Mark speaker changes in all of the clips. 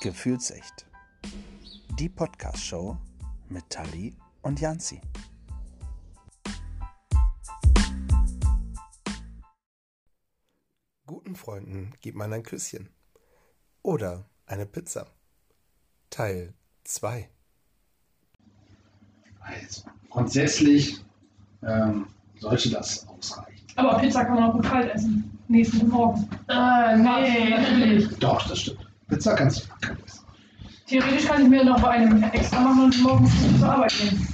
Speaker 1: Gefühlsecht. Die Podcast-Show mit Tali und Janzi.
Speaker 2: Guten Freunden gibt man ein Küsschen. Oder eine Pizza. Teil 2.
Speaker 3: Also, grundsätzlich ähm, sollte das ausreichen.
Speaker 4: Aber Pizza kann man auch gut kalt essen. Nächsten Morgen.
Speaker 5: Äh, nee.
Speaker 3: Doch, das stimmt. Pizza kannst du kalt essen.
Speaker 4: Theoretisch kann ich mir noch einem extra machen und morgens zur Arbeit gehen.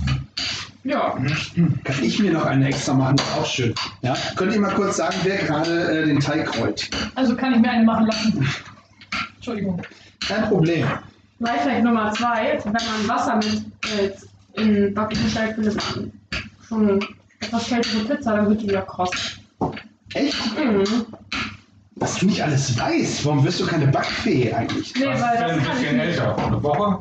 Speaker 3: Ja, Hm, kann ich mir noch eine extra machen, ist auch schön. Ja? Könnt ihr mal kurz sagen, wer gerade äh, den Teig rollt?
Speaker 4: Also kann ich mir eine machen lassen. Entschuldigung.
Speaker 3: Kein Problem.
Speaker 5: Lifehack Nummer zwei, wenn man Wasser mit äh, in Backen stellt, findet man schon etwas kältere Pizza, dann wird die wieder kross.
Speaker 3: Echt?
Speaker 5: Mhm.
Speaker 3: Dass du nicht alles weißt. Warum wirst du keine Backfee eigentlich?
Speaker 4: Nee,
Speaker 6: Was
Speaker 4: weil
Speaker 6: ist
Speaker 4: das
Speaker 6: denn ein
Speaker 4: kann ich
Speaker 6: bisschen
Speaker 4: nicht.
Speaker 6: älter. Eine Woche?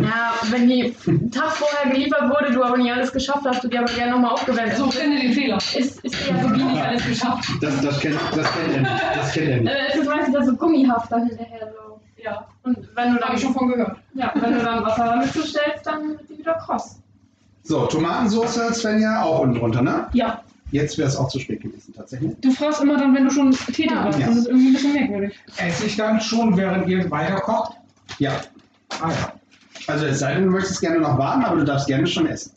Speaker 5: Ja, wenn die einen Tag vorher geliefert wurde, du aber nicht alles geschafft hast, du die aber gerne nochmal aufgewärmt
Speaker 4: So,
Speaker 5: hast,
Speaker 4: finde den Fehler. Also
Speaker 5: ist, ist die Allergie nicht alles geschafft.
Speaker 3: Das, das, kennt, das kennt er nicht. Das kennt er nicht.
Speaker 5: Äh, es ist meistens dann so gummihafter hinterher so.
Speaker 4: Ja,
Speaker 5: Und wenn
Speaker 4: da
Speaker 5: du dann,
Speaker 4: habe ich schon von gehört.
Speaker 5: ja, wenn du dann Wasser damit zustellst, dann wird die wieder kross.
Speaker 3: So, Tomatensauce, Svenja, auch unten drunter, ne?
Speaker 4: Ja,
Speaker 3: Jetzt wäre es auch zu spät gewesen, tatsächlich.
Speaker 4: du fragst immer dann, wenn du schon tätig
Speaker 5: Ja.
Speaker 4: warst.
Speaker 3: Ja.
Speaker 4: Das ist irgendwie ein bisschen merkwürdig.
Speaker 6: Esse ich dann schon, während ihr weiterkocht?
Speaker 3: Ja.
Speaker 6: Ah ja.
Speaker 3: Also es sei denn, du möchtest gerne noch warten, aber du darfst gerne schon essen.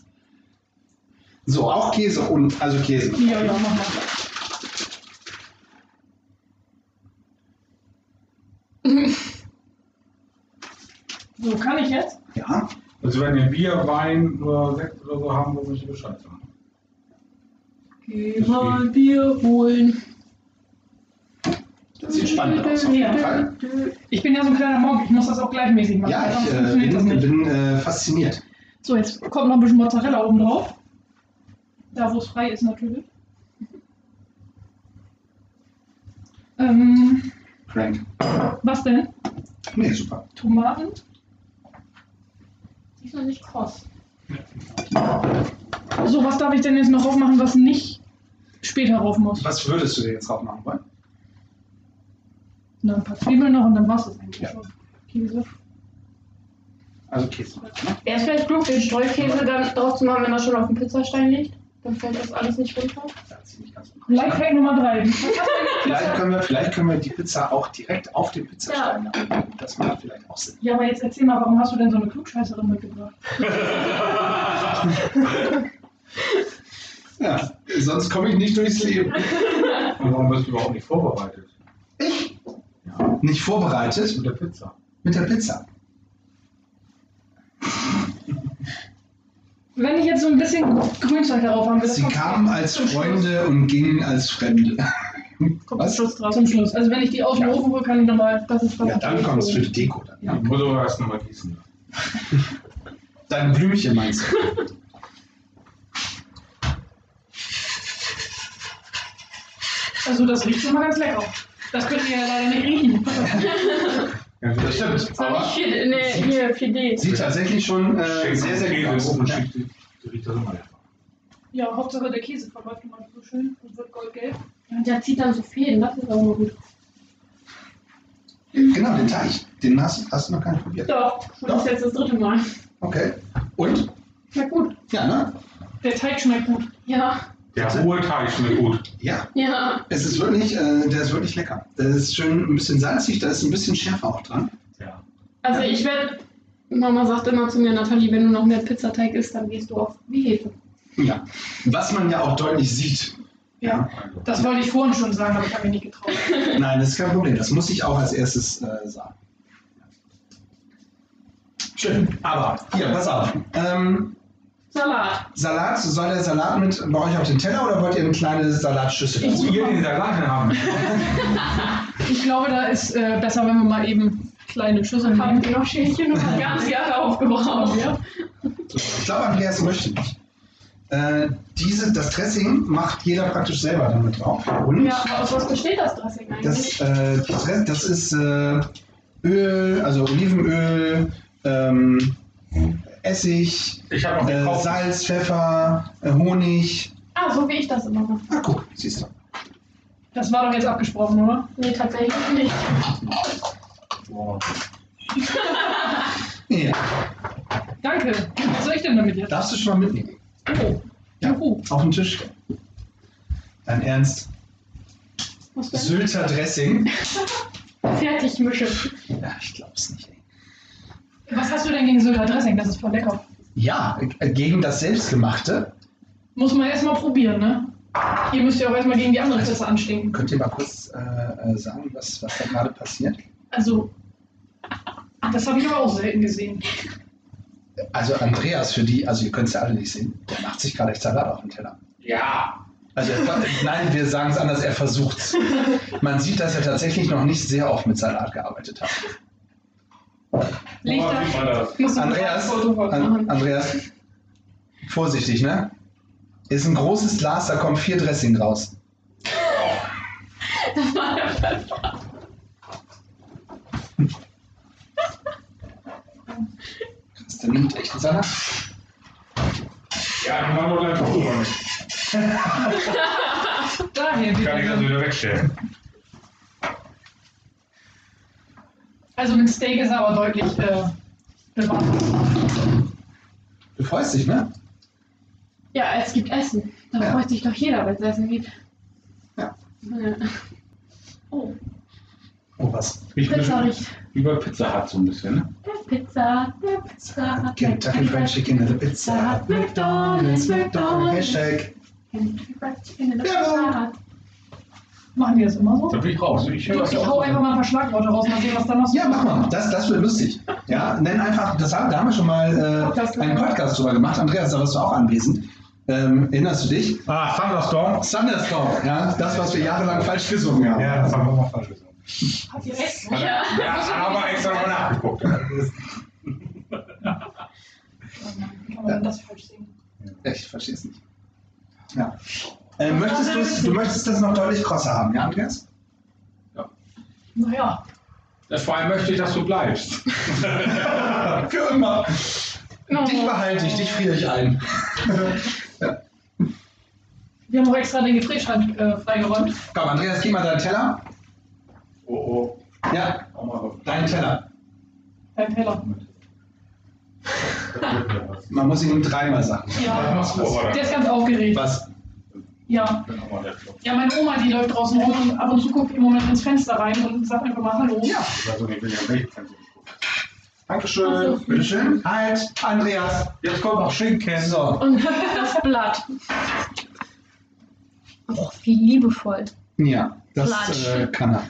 Speaker 3: So, auch Käse und also Käse.
Speaker 4: Ja, ja, mach mal. So, kann ich jetzt?
Speaker 3: Ja.
Speaker 6: Also wenn ihr Bier, Wein oder Sekt oder so haben, muss ich Bescheid sagen.
Speaker 4: Geh mal Bier holen.
Speaker 3: Das sieht spannend aus auf jeden Fall.
Speaker 4: Ich bin ja so ein kleiner Monk, ich muss das auch gleichmäßig machen.
Speaker 3: Ja,
Speaker 4: sonst
Speaker 3: ich äh,
Speaker 4: funktioniert das
Speaker 3: bin,
Speaker 4: nicht.
Speaker 3: bin äh, fasziniert.
Speaker 4: So, jetzt kommt noch ein bisschen Mozzarella oben drauf. Da, wo es frei ist, natürlich. Ähm,
Speaker 3: Crank.
Speaker 4: was denn?
Speaker 3: Nee, super.
Speaker 4: Tomaten?
Speaker 5: Die ist noch nicht kross.
Speaker 4: So, was darf ich denn jetzt noch aufmachen, was nicht später rauf muss?
Speaker 3: Was würdest du dir jetzt drauf machen wollen?
Speaker 4: Na, ein paar Zwiebeln noch und dann war's das eigentlich
Speaker 3: Ja.
Speaker 4: schon. Käse.
Speaker 3: Also Käse. Ne?
Speaker 5: Wäre es vielleicht klug, den Streukäse dann drauf zu machen, wenn er schon auf dem Pizzastein liegt? Dann fällt das alles nicht runter.
Speaker 3: Das hat sie nicht ganz gut gemacht, ne?
Speaker 4: Lifehack Nummer 3.
Speaker 3: vielleicht, können wir, vielleicht können wir die Pizza auch direkt auf den Pizzastein machen. Das macht vielleicht auch Sinn.
Speaker 4: Ja, aber jetzt erzähl mal, warum hast du denn so eine Klugscheißerin mitgebracht?
Speaker 3: Ja, sonst komme ich nicht durchs Leben.
Speaker 6: Und warum bist du überhaupt nicht vorbereitet?
Speaker 3: Ich?
Speaker 6: Ja.
Speaker 3: Nicht vorbereitet
Speaker 6: Mit der Pizza.
Speaker 3: mit der Pizza.
Speaker 4: Wenn ich jetzt so ein bisschen Grünzeug darauf haben will, das
Speaker 3: Sie
Speaker 4: kommt
Speaker 3: kamen als
Speaker 4: zum
Speaker 3: Freunde und gingen als Fremde.
Speaker 4: Schluss. Kommt
Speaker 3: Was?
Speaker 4: zum Schluss drauf. Zum Schluss. Also wenn ich die aus dem
Speaker 3: Ja.
Speaker 4: Ofen hole, kann ich nochmal, das ist was.
Speaker 3: Ja, dann kommst du für die Deko. Dann,
Speaker 6: Ich muss aber erst nochmal gießen.
Speaker 3: dann Blümchen meinst du.
Speaker 4: Also das riecht schon mal ganz lecker. Das könnt ihr ja leider nicht riechen.
Speaker 6: Ja,
Speaker 3: Das stimmt.
Speaker 5: Zwar nicht
Speaker 3: Aber
Speaker 5: viel, nee, hier, 4D.
Speaker 3: sieht tatsächlich schon äh, sehr, sehr gut aus.
Speaker 6: Ofen schickt die, die riecht das immer lecker.
Speaker 4: Ja, Hauptsache der Käse verläuft immer so schön und wird goldgelb.
Speaker 5: Und der zieht dann so Fäden, das ist auch mal gut.
Speaker 3: Genau, den Teig. Den hast, hast du noch gar nicht probiert.
Speaker 5: Doch, das ist jetzt das dritte Mal.
Speaker 3: Okay. Und?
Speaker 4: Schmeckt gut.
Speaker 3: Ja, ne?
Speaker 4: Der Teig schmeckt gut.
Speaker 5: Ja,
Speaker 6: Der hohe Teig schmeckt gut.
Speaker 3: Ja.
Speaker 5: ja.
Speaker 3: Es ist wirklich, äh, der ist wirklich lecker. Der ist schön ein bisschen salzig, da ist ein bisschen Schärfe auch dran.
Speaker 6: Ja.
Speaker 5: Also ich werde, Mama sagt immer zu mir, Nathalie, wenn du noch mehr Pizzateig isst, dann gehst du auf die Hefe.
Speaker 3: Ja. Was man ja auch deutlich sieht.
Speaker 4: Ja.
Speaker 6: Also,
Speaker 4: Das wollte ich vorhin schon sagen, aber ich habe mich nicht getraut.
Speaker 3: Nein, das ist kein Problem. Das muss ich auch als erstes äh, sagen. Schön. Aber hier, pass auf. Ähm,
Speaker 5: Salat.
Speaker 3: Salat, soll der Salat mit bei euch auf den Teller oder wollt ihr eine kleine Salatschüssel
Speaker 6: wo
Speaker 3: dazu?
Speaker 6: ihr den Salat hin haben.
Speaker 4: Ich glaube, da ist äh, besser, wenn wir mal eben kleine Schüsseln
Speaker 5: Haben
Speaker 4: haben.
Speaker 5: wir noch Schälchen und ein ganzes Jahr aufgebraucht.
Speaker 4: Ja.
Speaker 3: Ich glaube, Andreas möchte nicht. Äh, diese, das Dressing macht jeder praktisch selber damit drauf. Und
Speaker 5: Ja, aber aus was besteht das Dressing eigentlich?
Speaker 3: das, äh, Dress- das ist äh, Öl, also Olivenöl, ähm, Essig,
Speaker 6: Ich habe noch
Speaker 3: äh,
Speaker 6: gekauft.
Speaker 3: Salz, Pfeffer, äh, Honig.
Speaker 5: ah, so wie ich das immer mache.
Speaker 3: Ah, guck, siehst du.
Speaker 4: Das war doch jetzt abgesprochen, oder?
Speaker 5: Nee, tatsächlich nicht.
Speaker 6: Boah.
Speaker 3: Ja.
Speaker 4: Danke. Was soll ich denn damit jetzt?
Speaker 3: Darfst du schon mal mitnehmen?
Speaker 4: Oh.
Speaker 3: Ja.
Speaker 4: Juhu.
Speaker 3: Auf den Tisch stellen. Dein Ernst.
Speaker 5: Muss man
Speaker 3: Sylter Dressing?
Speaker 5: fertig mischen.
Speaker 3: Ja, ich glaub's nicht. Ey.
Speaker 4: Was hast du denn gegen Söder Dressing? Das ist voll lecker.
Speaker 3: Ja, äh, gegen das Selbstgemachte.
Speaker 4: Muss man erstmal probieren, ne? Ihr müsst ja auch erstmal gegen die andere Pizza anstinken.
Speaker 3: Könnt ihr mal kurz äh, äh, sagen, was, was da gerade passiert?
Speaker 4: Also, das habe ich aber auch selten gesehen.
Speaker 3: Also Andreas, für die, also ihr könnt es ja alle nicht sehen, der macht sich gerade echt Salat auf den Teller.
Speaker 6: Ja.
Speaker 3: Also er, ver- nein, wir sagen es anders, er versucht's. Man sieht, dass er tatsächlich noch nicht sehr oft mit Salat gearbeitet hat.
Speaker 4: Lichter.
Speaker 6: Woran Oh, sieht man das?
Speaker 4: Muss ein
Speaker 3: Andreas,
Speaker 4: Foto von
Speaker 3: an,
Speaker 4: machen.
Speaker 3: Andreas, vorsichtig, ne? Ist ein großes Glas, da kommen vier Dressing raus. Krass, der nimmt echt einen Salat.
Speaker 6: Ja, dann machen wir gleich Versuchung.
Speaker 4: Daher
Speaker 6: Kann ich das
Speaker 4: wieder.
Speaker 6: wieder wegstellen.
Speaker 4: Also mit Steak ist er aber deutlich äh, bewahrt.
Speaker 3: Du freust dich, ne?
Speaker 5: Ja, es gibt Essen. Da
Speaker 3: Ja.
Speaker 5: freut sich doch jeder, wenn es Essen gibt.
Speaker 3: Ja.
Speaker 5: Ja. Oh,
Speaker 3: Oh, was?
Speaker 6: Riecht ein
Speaker 5: Pizza
Speaker 6: bisschen
Speaker 5: riecht.
Speaker 6: Über Pizza Hut so ein bisschen, ne?
Speaker 5: Der Pizza, der Pizza. hat
Speaker 3: Kentucky
Speaker 5: McDonald's.
Speaker 3: Fried Chicken and a Pizza Hut, McDonald's, McDonald's, Hashtag.
Speaker 5: Kentucky Fried Chicken in der
Speaker 3: Jawohl.
Speaker 5: Pizza. hat-
Speaker 4: Machen die das immer so?
Speaker 6: Da bin ich raus. Ich höre
Speaker 4: Ich,
Speaker 6: das
Speaker 4: ich hau
Speaker 6: auch.
Speaker 4: einfach mal ein paar Schlagworte raus, mal sehen, was da noch so
Speaker 3: Ja, mach mal. Das, das wird lustig. Ja, nenn einfach, das haben, da haben wir schon mal
Speaker 4: Podcast
Speaker 3: äh, einen
Speaker 4: drüber.
Speaker 3: Podcast drüber gemacht. Andreas, da warst du auch anwesend. Ähm, erinnerst du dich?
Speaker 6: Ah, Thunderstorm.
Speaker 3: Thunderstorm, ja, das, was wir jahrelang falsch gesungen haben.
Speaker 6: Ja, das haben wir mal falsch gesagt.
Speaker 4: Habt ihr recht?
Speaker 6: Ja, aber extra nochmal nachgeguckt.
Speaker 4: Kann man denn das falsch sehen?
Speaker 3: Ich verstehe es nicht. Ja. Ähm, möchtest du's, du möchtest das noch deutlich krosser haben, ja, Andreas?
Speaker 4: Naja.
Speaker 6: Das vor allem möchte ich, dass du bleibst.
Speaker 3: Für immer. Dich behalte ich, dich friere ich ein.
Speaker 4: Wir haben auch extra den Gefrierschrank äh, freigeräumt.
Speaker 3: Komm, Andreas, gib mal deinen Teller.
Speaker 6: Oh, oh.
Speaker 3: Ja,
Speaker 6: Oh mein Gott.
Speaker 3: deinen Teller.
Speaker 4: Beim Teller.
Speaker 6: Das wird ja was.
Speaker 3: Man muss ihn ihm dreimal sagen.
Speaker 4: Ja.
Speaker 6: Mach's vor, oder?
Speaker 4: Der ist ganz aufgeregt.
Speaker 3: Was?
Speaker 4: Ja.
Speaker 6: Dann haben wir das doch.
Speaker 4: Ja, meine Oma, die läuft draußen rum und ab und zu guckt im Moment ins Fenster rein und sagt einfach mal Hallo.
Speaker 3: Ja.
Speaker 6: Ich weiß auch nicht, ich will ja nicht ganz so gut gucken.
Speaker 3: Dankeschön. Bitteschön. Halt, Andreas.
Speaker 6: Jetzt kommt noch Schinken.
Speaker 3: So.
Speaker 5: Und das Blatt. Oh, wie liebevoll.
Speaker 3: Ja, das
Speaker 5: Platsch.
Speaker 3: äh, kann er.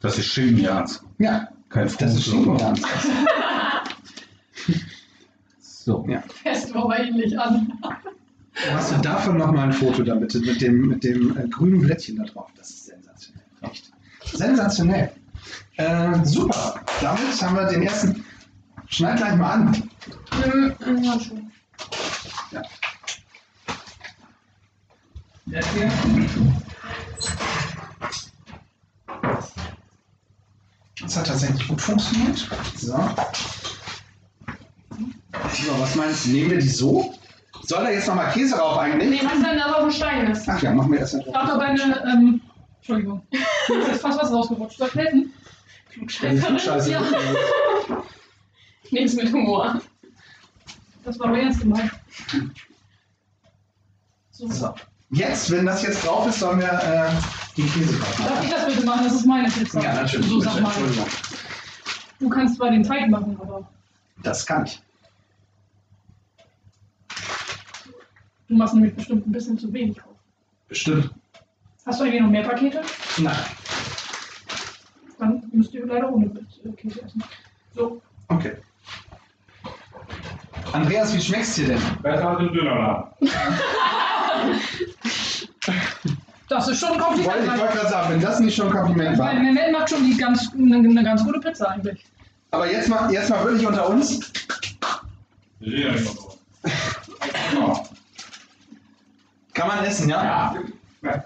Speaker 6: Das ist Schinkenjans.
Speaker 3: Ja,
Speaker 6: Kein
Speaker 3: das ist schon
Speaker 6: Frohsinn. So.
Speaker 3: Ja.
Speaker 4: Fest aber ähnlich an.
Speaker 3: Hast du davon nochmal ein Foto da bitte mit dem, mit dem äh, grünen Blättchen da drauf? Das ist sensationell. Echt. Sensationell. Äh, super. Damit haben wir den ersten. Schneid gleich mal an.
Speaker 5: Hm, Ja, schon.
Speaker 3: Das hier. Das hat tatsächlich gut funktioniert. So. So, was meinst du? Nehmen wir die so? Soll da jetzt nochmal Käse drauf eigentlich?
Speaker 5: Nee, was denn da auf dem Stein ist?
Speaker 3: Ach ja, Also machen wir erst mal
Speaker 4: Ach,
Speaker 3: drauf.
Speaker 4: aber eine, ähm, Entschuldigung. Mir ist jetzt fast was rausgerutscht. Soll ich helfen?
Speaker 3: Wenn ich Scheiße.
Speaker 5: Ja. Nichts mit Humor.
Speaker 4: Das war aber ernst gemeint. So.
Speaker 3: So. Jetzt, wenn das jetzt drauf ist, sollen wir äh, den Käse drauf
Speaker 4: Darf ich
Speaker 3: machen.
Speaker 4: das bitte machen? Das ist meine Pizza.
Speaker 3: Ja, natürlich.
Speaker 4: So,
Speaker 3: Bitte,
Speaker 4: sag mal.
Speaker 3: Entschuldigung.
Speaker 4: Du kannst zwar den Teig machen, aber
Speaker 3: Das kann ich.
Speaker 4: du machst nämlich bestimmt ein bisschen zu wenig auf.
Speaker 3: Bestimmt.
Speaker 4: Hast du eigentlich noch mehr Pakete?
Speaker 3: Nein.
Speaker 4: Dann müsst ihr leider ohne äh, Käse essen. So,
Speaker 3: Okay. Andreas, wie schmeckt's dir denn?
Speaker 6: Besser als im Dönerladen.
Speaker 4: das ist schon ein
Speaker 3: Ich wollte
Speaker 4: Kompliment.
Speaker 3: gerade sagen, wenn das nicht schon ein Kompliment
Speaker 4: Weil
Speaker 3: war.
Speaker 4: Mehmet macht schon die ganz, eine, eine ganz gute Pizza eigentlich.
Speaker 3: Aber jetzt mal, jetzt mal wirklich unter uns.
Speaker 6: Wir sehen ja nicht mal so. Oh.
Speaker 3: Kann man essen, ja?
Speaker 6: Ja. Ja.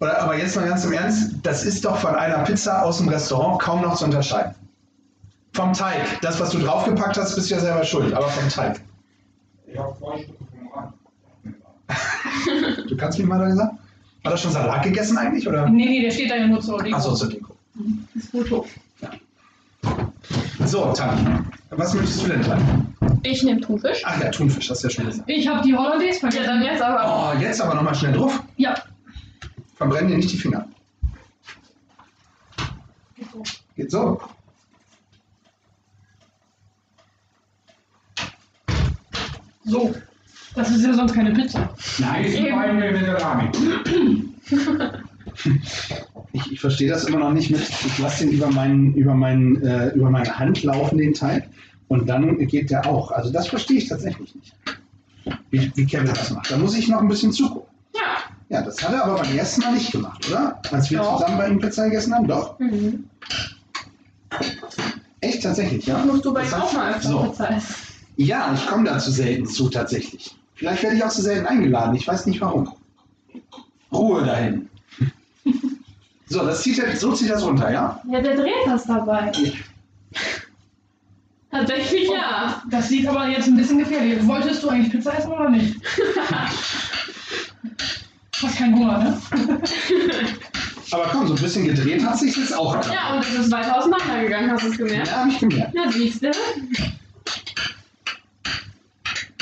Speaker 3: Oder, aber jetzt mal ganz im Ernst, das ist doch von einer Pizza aus dem Restaurant kaum noch zu unterscheiden. Vom Teig. Das, was du draufgepackt hast, bist du ja selber schuld, aber vom Teig.
Speaker 6: Ich habe zwei Stücke vom Rand.
Speaker 3: Du kannst mich mal da gesagt? Hat er schon Salat gegessen eigentlich? Oder?
Speaker 4: Nee, nee, der steht da ja nur zur Deko.
Speaker 3: Achso, zur Deko.
Speaker 4: Ist wohl tot.
Speaker 3: So, Tani. Was möchtest du denn, Tani?
Speaker 5: Ich nehme Thunfisch.
Speaker 3: Ach ja, Thunfisch, hast du ja schon gesagt.
Speaker 4: Ich habe die Hollandaise
Speaker 5: Ja,
Speaker 4: vergessen.
Speaker 5: dann jetzt aber.
Speaker 3: Oh, jetzt aber nochmal schnell drauf.
Speaker 4: Ja.
Speaker 3: Verbrenn dir nicht die Finger. Geht so.
Speaker 4: So. Das ist ja sonst keine Pizza.
Speaker 6: Nein, ich
Speaker 5: Eben.
Speaker 6: meine in der Army.
Speaker 3: Ich, ich verstehe das immer noch nicht mit. Ich lasse den über, meinen, über, meinen, äh, über meine Hand laufen, den Teig. Und dann geht der auch. Also das verstehe ich tatsächlich nicht. Wie, wie Kevin das macht. Da muss ich noch ein bisschen zugucken.
Speaker 5: Ja.
Speaker 3: Ja, das hat er aber beim ersten Mal nicht gemacht, oder? Als wir
Speaker 5: Doch.
Speaker 3: zusammen bei ihm Pizza gegessen haben. Doch.
Speaker 5: Mhm.
Speaker 3: Echt tatsächlich, ja.
Speaker 5: Das musst du bei
Speaker 3: Das
Speaker 5: ihm
Speaker 3: hat-
Speaker 5: auch mal öfter
Speaker 3: so.
Speaker 5: Pizza essen.
Speaker 3: Ja, ich komme da zu selten zu tatsächlich. Vielleicht werde ich auch zu selten eingeladen. Ich weiß nicht warum. Ruhe dahin. So, das zieht er, so zieht das runter, ja?
Speaker 5: Ja, der dreht das dabei. Tatsächlich ja.
Speaker 4: Das sieht aber jetzt ein bisschen gefährlich. Wolltest du eigentlich Pizza essen oder nicht? Hast keinen Hunger, ne?
Speaker 3: Aber komm, so ein bisschen gedreht hat sich jetzt auch.
Speaker 5: Ja, und es ist weiter auseinandergegangen, hast du es gemerkt?
Speaker 3: ja habe ich gemerkt.
Speaker 5: Na, siehst du?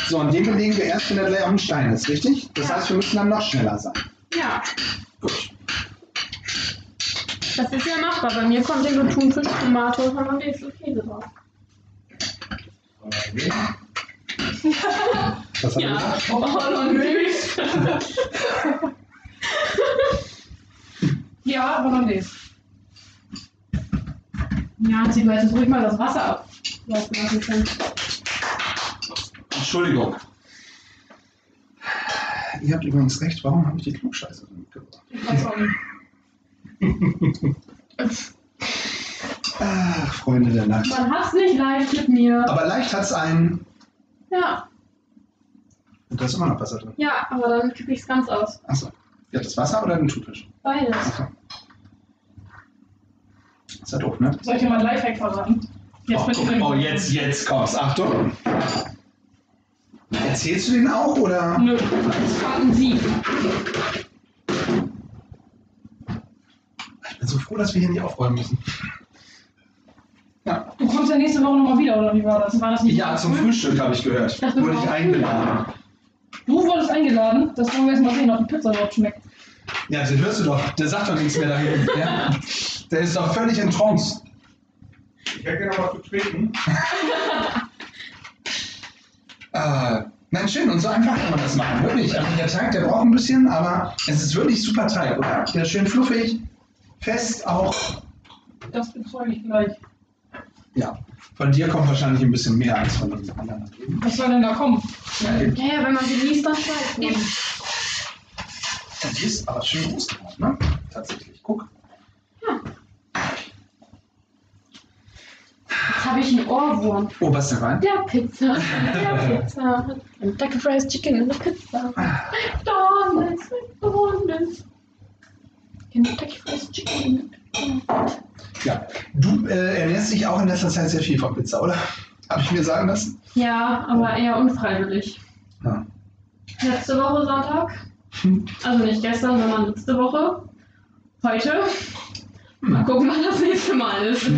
Speaker 3: So, und den belegen wir erst, wenn der gleich auf dem Stein ist, richtig? Das heißt, wir müssen dann noch schneller sein.
Speaker 5: Ja.
Speaker 3: Gut.
Speaker 5: Das ist ja machbar. Bei mir kommt ja nur Thunfisch, Tomate und Hollandaise Käse drauf.
Speaker 3: Was hat er
Speaker 5: Ja.
Speaker 3: gesagt? Oh,
Speaker 5: oh, Hollandaise.
Speaker 4: Ja, Hollandaise. Nancy, du hättest ruhig mal das Wasser ab.
Speaker 5: Laufen lassen
Speaker 3: Entschuldigung. Ihr habt übrigens recht, warum habe ich die Klugscheiße mitgebracht?
Speaker 4: Ich weiß auch nicht.
Speaker 3: Ach, Freunde der Nacht.
Speaker 5: Man hat's nicht leicht mit mir.
Speaker 3: Aber leicht hat es einen.
Speaker 5: Ja,
Speaker 3: Und da ist immer noch Wasser drin.
Speaker 5: ja, aber dann kippe ich's ganz aus.
Speaker 3: Achso. Ja, das Wasser oder den Thunfisch?
Speaker 5: Beides.
Speaker 3: Achso. Ist ja doof, ne?
Speaker 4: Soll ich dir mal ein Lifehack verraten?
Speaker 3: oh,
Speaker 4: bin ich
Speaker 3: guck,
Speaker 4: drin.
Speaker 3: oh, jetzt, jetzt kommt's. Achtung. Erzählst du den auch oder?
Speaker 4: Nö, das fanden sie.
Speaker 3: Ich bin so froh, dass wir hier nicht aufräumen müssen. Ja,
Speaker 4: Du kommst ja nächste Woche nochmal wieder, oder wie war das? War das nicht
Speaker 3: ja zum Frühstück habe ich gehört.
Speaker 5: Das ist
Speaker 3: Wurde ich
Speaker 5: auch-
Speaker 3: eingeladen.
Speaker 4: Du wurdest eingeladen, das wollen wir jetzt mal sehen, ob die Pizza dort schmeckt.
Speaker 3: Ja, den hörst du doch. Der sagt doch nichts mehr da hinten. Ja? Der ist doch völlig in Trance.
Speaker 6: Ich hätte gerne was zu trinken.
Speaker 3: Äh, nein, schön. Und so einfach kann man das machen. Wirklich. Also der Teig, der braucht ein bisschen, aber es ist wirklich super Teig, oder? Der ist schön fluffig, fest auch.
Speaker 4: Das bezeuge ich gleich.
Speaker 3: Ja. Von dir kommt wahrscheinlich ein bisschen mehr als von den anderen. da drüben.
Speaker 4: Was soll denn da kommen?
Speaker 3: Ja, eben.
Speaker 5: Ja, ja, wenn man sie liest, dann schmeckt
Speaker 4: Eben.
Speaker 3: Und die ist aber schön groß geworden, ne? Tatsächlich. Guck.
Speaker 5: Jetzt habe ich einen Ohrwurm.
Speaker 3: Oh, was denn rein?
Speaker 5: Der Pizza. Der Pizza. Kentucky Fried Chicken in der Pizza. McDonalds, McDonalds. Kentucky Fried Chicken in der Pizza.
Speaker 3: Ja. Du äh, ernährst dich auch in letzter Zeit sehr viel von Pizza, oder? Habe ich mir sagen lassen?
Speaker 5: Ja, aber eher unfreiwillig.
Speaker 3: Ja. Hm.
Speaker 5: Letzte Woche Sonntag. Also nicht gestern, sondern letzte Woche. Heute. Mal gucken, wann das nächste Mal ist.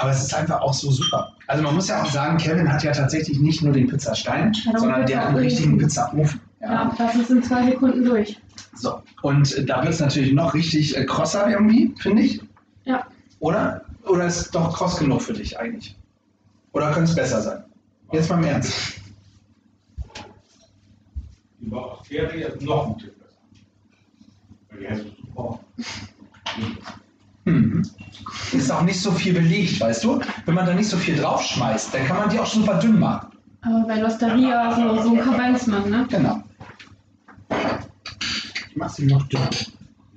Speaker 3: Aber es ist einfach auch so super. Also man muss ja auch sagen, Kevin hat ja tatsächlich nicht nur den Pizzastein,
Speaker 5: hat auch
Speaker 3: sondern
Speaker 5: einen
Speaker 3: der hat einen
Speaker 5: Pizzaofen.
Speaker 3: richtigen Pizzaofen.
Speaker 5: Ja, das ist in zwei Sekunden durch.
Speaker 3: So. Und äh, da wird es natürlich noch richtig äh, krosser irgendwie, finde ich.
Speaker 5: Ja.
Speaker 3: Oder? Oder ist doch kross genug für dich eigentlich? Oder könnte es besser sein? Jetzt mal im Ernst.
Speaker 6: Die Bakterie ist noch ein Tipp besser. Weil die heißt super.
Speaker 3: Hm. Ist auch nicht so viel belegt, weißt du? Wenn man da nicht so viel draufschmeißt, dann kann man die auch super dünn machen.
Speaker 5: Aber bei Losteria so, so ein Kavenzmann, ne?
Speaker 3: Genau. Ich mach sie noch dünn.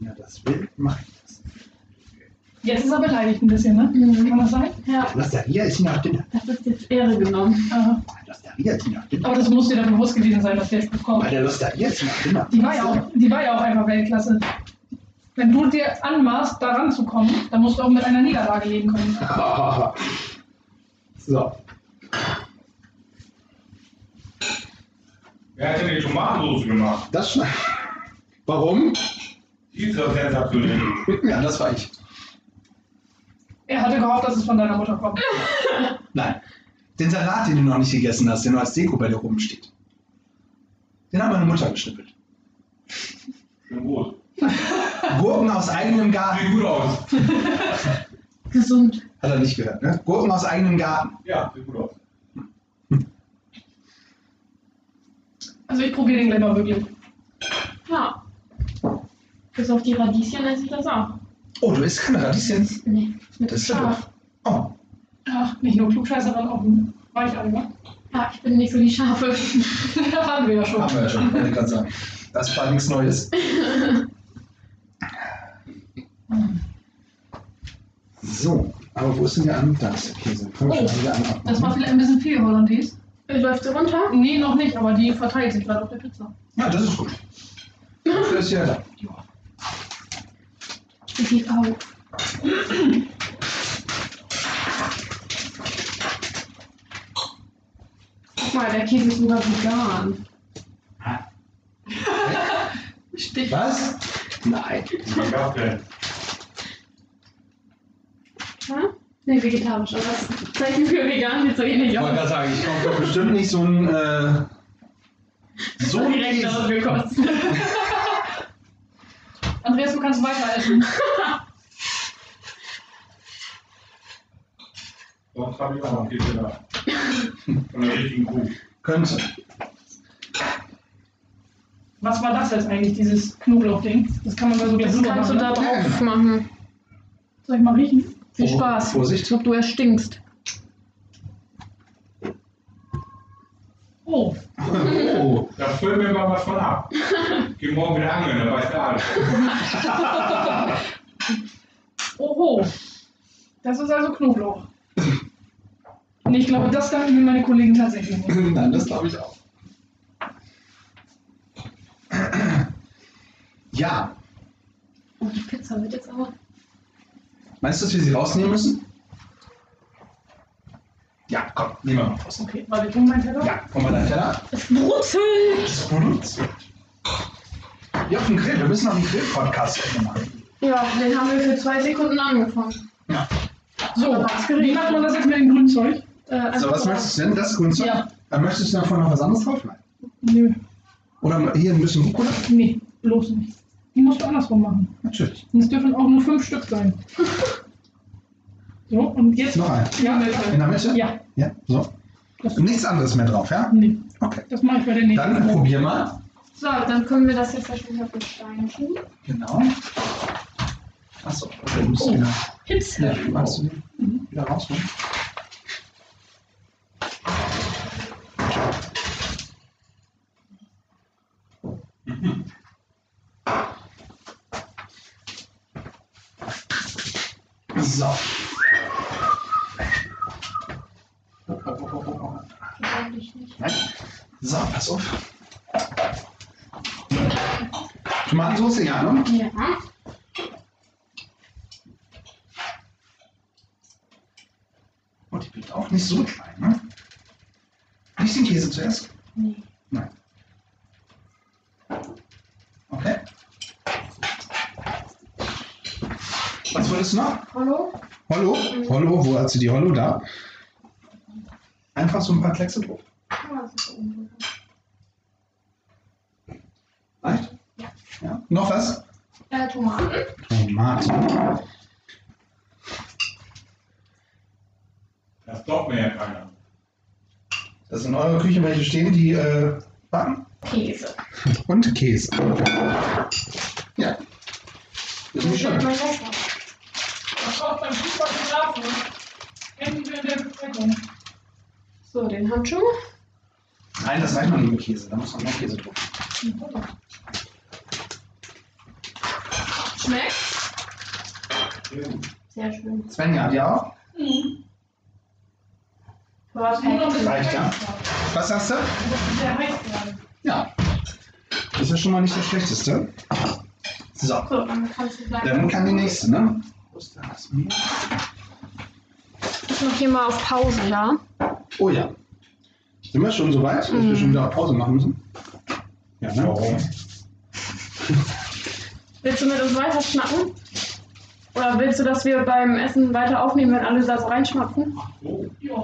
Speaker 3: Ja, das will, mach ich das.
Speaker 4: Jetzt ist er beleidigt ein bisschen, ne?
Speaker 5: Mhm.
Speaker 4: Kann das sein?
Speaker 5: Ja,
Speaker 3: Lass der hier ist sie noch dünner.
Speaker 5: das ist jetzt Ehre genommen.
Speaker 4: Aha.
Speaker 3: Lass der hier ist sie noch dünner.
Speaker 4: Aber das muss dir dann bewusst gewesen sein, dass der Spruch
Speaker 3: Bei
Speaker 4: kommt.
Speaker 3: der Lust da jetzt noch dünner.
Speaker 4: Die war, ja auch, die war ja auch einfach Weltklasse. Wenn du dir anmaßt, da ranzukommen, dann musst du auch mit einer Niederlage leben können.
Speaker 3: auch. So.
Speaker 6: Wer hat denn die Tomatensauce gemacht?
Speaker 3: Das schne- Warum?
Speaker 6: Die ist doch sensationell.
Speaker 3: Ja, das war ich.
Speaker 4: Er hatte gehofft, dass es von deiner Mutter kommt.
Speaker 3: Nein. Den Salat, den du noch nicht gegessen hast, der nur als Deko bei dir oben steht. Den hat meine Mutter geschnippelt.
Speaker 6: Schön gut.
Speaker 3: Gurken aus eigenem
Speaker 6: Sieht
Speaker 3: Garten.
Speaker 6: gut aus.
Speaker 5: Gesund.
Speaker 3: Hat er nicht gehört, ne? Gurken aus eigenem Garten.
Speaker 6: Ja, sieht gut aus.
Speaker 4: Also ich probiere den gleich mal wirklich.
Speaker 5: Ja. Bis auf die Radieschen esse ich das auch.
Speaker 3: Oh, du isst keine Radieschen.
Speaker 5: Nee, mit
Speaker 3: Das ist
Speaker 5: scharf.
Speaker 3: Oh,
Speaker 4: Ach, nicht nur Klugscheißerin, auch ein Weicheimer.
Speaker 5: Ja, ich bin nicht so die Schafe.
Speaker 4: da waren wir ja schon.
Speaker 3: haben wir ja schon, wollte ich gerade sagen. Das war nichts Neues. So, aber wo ist denn der andere? Da ist der Käse. Komm schon
Speaker 4: Oh,
Speaker 3: wieder an. abmachen.
Speaker 4: Das war vielleicht ein bisschen viel Hollandaise.
Speaker 5: Läuft sie runter?
Speaker 4: Nee, noch nicht, aber die verteilt sich gerade auf der Pizza.
Speaker 3: Ja, das ist gut. Dafür ist ja da.
Speaker 5: Die geht auf. Guck mal, der Käse ist sogar vegan.
Speaker 4: Stich.
Speaker 3: Was? Nein.
Speaker 6: Man gab denn.
Speaker 5: Ja? Nee, vegetarisch, aber das Zeichen für vegan sieht so ähnlich
Speaker 3: Ich wollte gerade
Speaker 5: aus.
Speaker 3: sagen, ich kaufe doch bestimmt nicht so ein. Äh, so ein
Speaker 5: direkt
Speaker 3: Käse.
Speaker 5: ausgekotzt.
Speaker 4: Andreas, du kannst weiter essen.
Speaker 6: Sonst habe ich auch noch viel gedacht. Von der richtigen Kuh.
Speaker 3: Könnte.
Speaker 4: Was war das jetzt eigentlich, dieses Knoblauchding? Das kann man mal so gleich
Speaker 5: Das
Speaker 4: rüber
Speaker 5: kannst du
Speaker 4: machen,
Speaker 5: da
Speaker 4: ne?
Speaker 5: drauf machen.
Speaker 4: Soll ich mal riechen?
Speaker 5: Viel
Speaker 3: Oh,
Speaker 5: Spaß.
Speaker 3: Vorsicht.
Speaker 5: Ich glaube, du erstinkst.
Speaker 4: Oh,
Speaker 3: Oh,
Speaker 6: Da füllen wir mal was von ab. Geh morgen wieder angeln, da weiß der alles.
Speaker 4: oho. Das ist also Knoblauch. Und ich glaube, das dachten mir meine Kollegen tatsächlich nicht.
Speaker 3: nein, das glaube ich auch. Ja,
Speaker 5: Oh, die Pizza wird jetzt aber.
Speaker 3: meinst du, dass wir sie rausnehmen müssen? Ja, komm, nehmen wir mal raus.
Speaker 4: Okay, warte, ich bring meinen Teller.
Speaker 3: Ja, komm mal deinen Teller.
Speaker 5: Es brutzelt!
Speaker 3: Das Produkt. Ja, auf den Grill. Wir müssen noch einen Grill-Podcast machen.
Speaker 5: Ja, den haben wir für zwei Sekunden angefangen.
Speaker 4: So, wie macht man das jetzt mit dem grünen Zeug?
Speaker 3: So,
Speaker 5: Äh, einfach
Speaker 3: Also, was
Speaker 5: mal-
Speaker 3: möchtest du denn? Das Grünzeug?
Speaker 4: Ja.
Speaker 3: Dann möchtest du davon noch was anderes drauf? Nein.
Speaker 4: Nö,
Speaker 3: Oder hier ein bisschen Rucola?
Speaker 4: nee, bloß nicht. Die musst du andersrum machen.
Speaker 3: Natürlich.
Speaker 4: Und es dürfen auch nur fünf Stück sein. So, und jetzt.
Speaker 3: Noch ein.
Speaker 4: Ja,
Speaker 3: In der Mitte?
Speaker 4: Ja,
Speaker 3: Ja, so.
Speaker 4: das,
Speaker 3: Nichts anderes mehr drauf, ja?
Speaker 4: nee,
Speaker 3: Okay.
Speaker 4: das mache ich bei der nächsten.
Speaker 3: Dann probier mal.
Speaker 5: So, dann können wir das jetzt wahrscheinlich auf den Stein tun.
Speaker 3: Genau. Achso, okay, du musst wieder.
Speaker 5: Pizza.
Speaker 3: Ja, machst du den wieder rausholen? So.
Speaker 5: Eigentlich nicht.
Speaker 3: Nein. So, pass auf. Tomatensoße, ja, ne?
Speaker 5: Ja.
Speaker 3: Und die bleibt auch nicht so klein, ne? Nicht den Käse zuerst?
Speaker 5: Nee.
Speaker 3: Nein. Okay. Was wolltest du noch?
Speaker 5: Hallo?
Speaker 3: Hollo? Hollo, wo hat sie die Hollo da? Einfach so ein paar Kleckse drauf.
Speaker 5: Ja, das ist so unwohl.
Speaker 3: Reicht? Ja. Noch was?
Speaker 5: Äh, Tomaten.
Speaker 3: Oh, Tomaten.
Speaker 6: Das glaubt mir ja keiner.
Speaker 3: Das sind in eurer Küche welche stehen, die äh, backen.
Speaker 5: Käse.
Speaker 3: Und Käse. Ja. Das ist
Speaker 5: wird
Speaker 3: schön.
Speaker 5: mal lecker.
Speaker 4: Das braucht beim Fußball geschlafen. Händen wir in der Besprechung.
Speaker 5: So, den Handschuh.
Speaker 3: Nein, das reicht noch nicht mit Käse. Da muss man noch Käse drauf.
Speaker 5: Schmeckt. Sehr schön.
Speaker 3: Svenja, hat ja auch?
Speaker 5: Perfekt.
Speaker 3: Reicht, ja? Was sagst du?
Speaker 4: Der heißt gerade.
Speaker 3: Ja. Das ist ja schon mal nicht das Schlechteste. So,
Speaker 5: So, dann kannst du gleich.
Speaker 3: dann kann die nächste, ne? Wo ist das? Hm?
Speaker 5: Ich mach hier mal auf Pause, ja?
Speaker 3: Oh ja. Sind wir schon so weit, dass wir schon wieder auf Pause machen müssen? Ja, ne?
Speaker 6: Warum?
Speaker 5: Willst du mit uns weiter schnacken? Oder willst du, dass wir beim Essen weiter aufnehmen, wenn alle da so reinschmatzen?
Speaker 6: Ach so.
Speaker 4: Ja.